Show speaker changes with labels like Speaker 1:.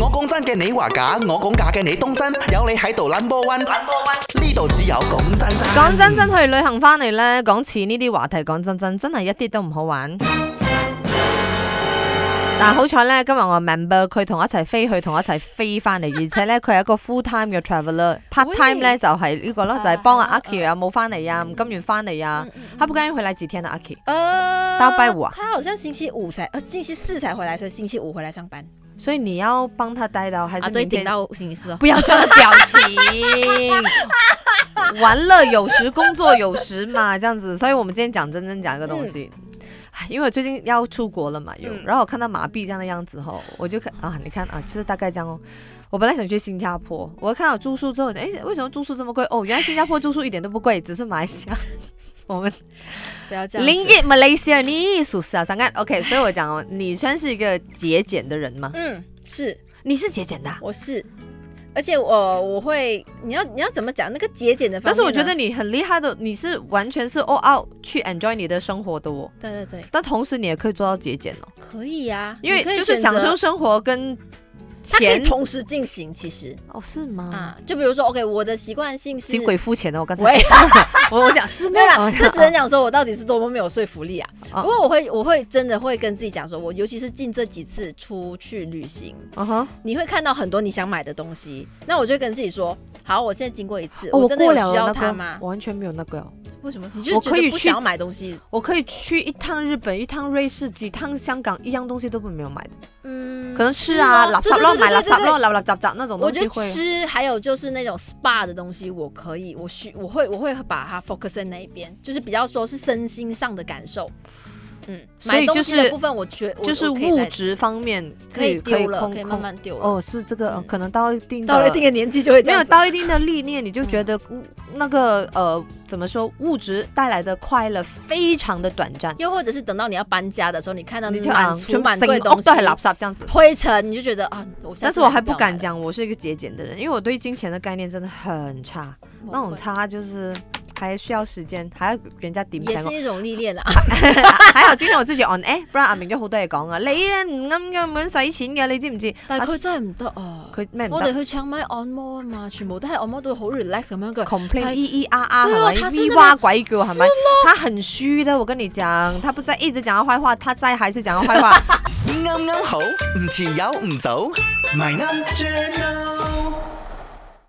Speaker 1: 我講真嘅你話假，我講假嘅你當真，有你喺度 number one，number one，呢度只有講真真。
Speaker 2: 講真真去旅行翻嚟呢，講錢呢啲話題，講真真真係一啲都唔好玩。但好彩呢，今日我 member 佢同我一齊飛去，同我一齊飛翻嚟，而且呢，佢係一個 full time 嘅 traveler，part time 呢就係呢個
Speaker 3: 啊
Speaker 2: 咯，就係幫阿 Aki 有冇翻嚟啊，吳金源翻嚟
Speaker 3: 嗯
Speaker 2: 啊，他不甘回來幾天啊，Aki，
Speaker 3: 呃
Speaker 2: 到拜五啊
Speaker 3: 他好像星期五才，呃，星期四才回来，所以星期五回来上班。
Speaker 2: 所以你要幫他帶到還
Speaker 3: 啊，
Speaker 2: 是
Speaker 3: 对，
Speaker 2: 明
Speaker 3: 顶
Speaker 2: 天？
Speaker 3: 到星期四哦。
Speaker 2: 不要这样的表情。玩乐有时，工作有时嘛，这样子。所以我们今天讲真真讲一个东西，唉因为我最近要出国了嘛，有，
Speaker 3: 嗯
Speaker 2: 然后我看到麻痹这样的样子后，我就看啊，你看啊，就是大概这样哦。我本来想去新加坡，我看到住宿之后，哎，为什么住宿这么贵？哦，原来新加坡住宿一点都不贵，只是马来西亚我们
Speaker 3: 不要这样子。
Speaker 2: 零一马来西亚你属实啊，三干 OK。所以我讲哦，你算是一个节俭的人吗？
Speaker 3: 嗯，是，
Speaker 2: 你是节俭的啊、
Speaker 3: 我是，而且我我会，你要你要怎么讲那个节俭的方
Speaker 2: 但
Speaker 3: 面
Speaker 2: 是
Speaker 3: 呢？
Speaker 2: 我觉得你很厉害的，你是完全是 all out 去 enjoy 你的生活的哦。
Speaker 3: 对对对，
Speaker 2: 但同时你也可以做到节俭哦，
Speaker 3: 可以呀、
Speaker 2: 因为
Speaker 3: 你可以
Speaker 2: 就是
Speaker 3: 选
Speaker 2: 享
Speaker 3: 择
Speaker 2: 受生活跟
Speaker 3: 它可以
Speaker 2: 钱
Speaker 3: 同时进行，其实
Speaker 2: 哦，是吗？
Speaker 3: 啊，就比如说，OK，我的习惯性是
Speaker 2: 行鬼付钱哦，我刚才
Speaker 3: 喂
Speaker 2: 我我讲是咩
Speaker 3: 没有啦，
Speaker 2: 哦
Speaker 3: 这只能讲说我到底是多么没有说服力啊！
Speaker 2: 哦
Speaker 3: 不过我会，我会真的会跟自己讲说，我尤其是近这几次出去旅行，
Speaker 2: 嗯哼，
Speaker 3: 你会看到很多你想买的东西，那我就会跟自己说，好，我现在经过一次，
Speaker 2: 哦我
Speaker 3: 真的有
Speaker 2: 过了
Speaker 3: 需要
Speaker 2: 那
Speaker 3: 它
Speaker 2: 个
Speaker 3: 吗，？
Speaker 2: 我完全没有那个哦，
Speaker 3: 为什么？你就
Speaker 2: 我
Speaker 3: 觉
Speaker 2: 可以
Speaker 3: 得不
Speaker 2: 去
Speaker 3: 想要买东西？
Speaker 2: 我可以去一趟日本，一趟瑞士，几趟香港，一样东西都没有买的，
Speaker 3: 嗯，
Speaker 2: 可能吃啊，
Speaker 3: 是
Speaker 2: 垃
Speaker 3: 哦
Speaker 2: 圾咯，
Speaker 3: 对对对对
Speaker 2: 买垃
Speaker 3: 对对
Speaker 2: 圾咯，垃垃杂杂那种
Speaker 3: 我
Speaker 2: 东
Speaker 3: 觉
Speaker 2: 西
Speaker 3: 得
Speaker 2: 会。
Speaker 3: 吃还有就是那种 SPA 的东西，我可以，我需我会我会把它 focus 在那一边，就是比较说是身心上的感受。嗯，
Speaker 2: 所以
Speaker 3: 买东西
Speaker 2: 就
Speaker 3: 的
Speaker 2: 是
Speaker 3: 部分我觉我
Speaker 2: 就是
Speaker 3: 我可以
Speaker 2: 物
Speaker 3: 再
Speaker 2: 质方面自
Speaker 3: 可以
Speaker 2: 己可以
Speaker 3: 丢了，
Speaker 2: 空
Speaker 3: 可以慢
Speaker 2: 空
Speaker 3: 慢丢了。
Speaker 2: 哦，是这个、呃
Speaker 3: 嗯
Speaker 2: 可能到一定的
Speaker 3: 到了一定的年纪就会这
Speaker 2: 没有
Speaker 3: 样子。
Speaker 2: 到一定的历练，你就觉得物那个呃，怎么说物质带来的快乐非常的短暂，
Speaker 3: 又或者是等到你要搬家的时候，你看到
Speaker 2: 你就啊，
Speaker 3: 满
Speaker 2: 全
Speaker 3: 橱
Speaker 2: 部
Speaker 3: 满
Speaker 2: 整
Speaker 3: 柜
Speaker 2: 个
Speaker 3: 东
Speaker 2: 屋
Speaker 3: 西
Speaker 2: 都系垃圾这样子。
Speaker 3: 灰尘，你就觉得啊，我下
Speaker 2: 但是
Speaker 3: 次
Speaker 2: 我还
Speaker 3: 还
Speaker 2: 不敢，讲我是一个节俭的人，因为我对金钱的概念真的很差，
Speaker 3: 我
Speaker 2: 那种
Speaker 3: 会
Speaker 2: 差就是还需要时间，还要人家點
Speaker 3: 也
Speaker 2: 醒我
Speaker 3: 是。一种历练啦。
Speaker 2: 啊喺頭先我自己 on air，不然阿明都好多嘢講啊。你咧唔啱嘅，咁樣使錢嘅，你知唔知？
Speaker 3: 但係
Speaker 2: 啊
Speaker 3: 佢真係唔得啊！
Speaker 2: 佢咩唔
Speaker 3: 我哋
Speaker 2: 得
Speaker 3: 去唱咪按摩啊嘛，全部都係按摩到好 relax 咁樣嘅。
Speaker 2: ？complain
Speaker 3: 他
Speaker 2: 咿咿啊啊，
Speaker 3: 对哦
Speaker 2: 係
Speaker 3: 他是
Speaker 2: 咪？咪
Speaker 3: 那
Speaker 2: 哇
Speaker 3: 个
Speaker 2: 鬼叫係咪？他很虚的，我跟你講，他不在一直講他壞話，他在還是講他壞話。
Speaker 1: 啱啱好，唔遲有唔早，咪啱 channel。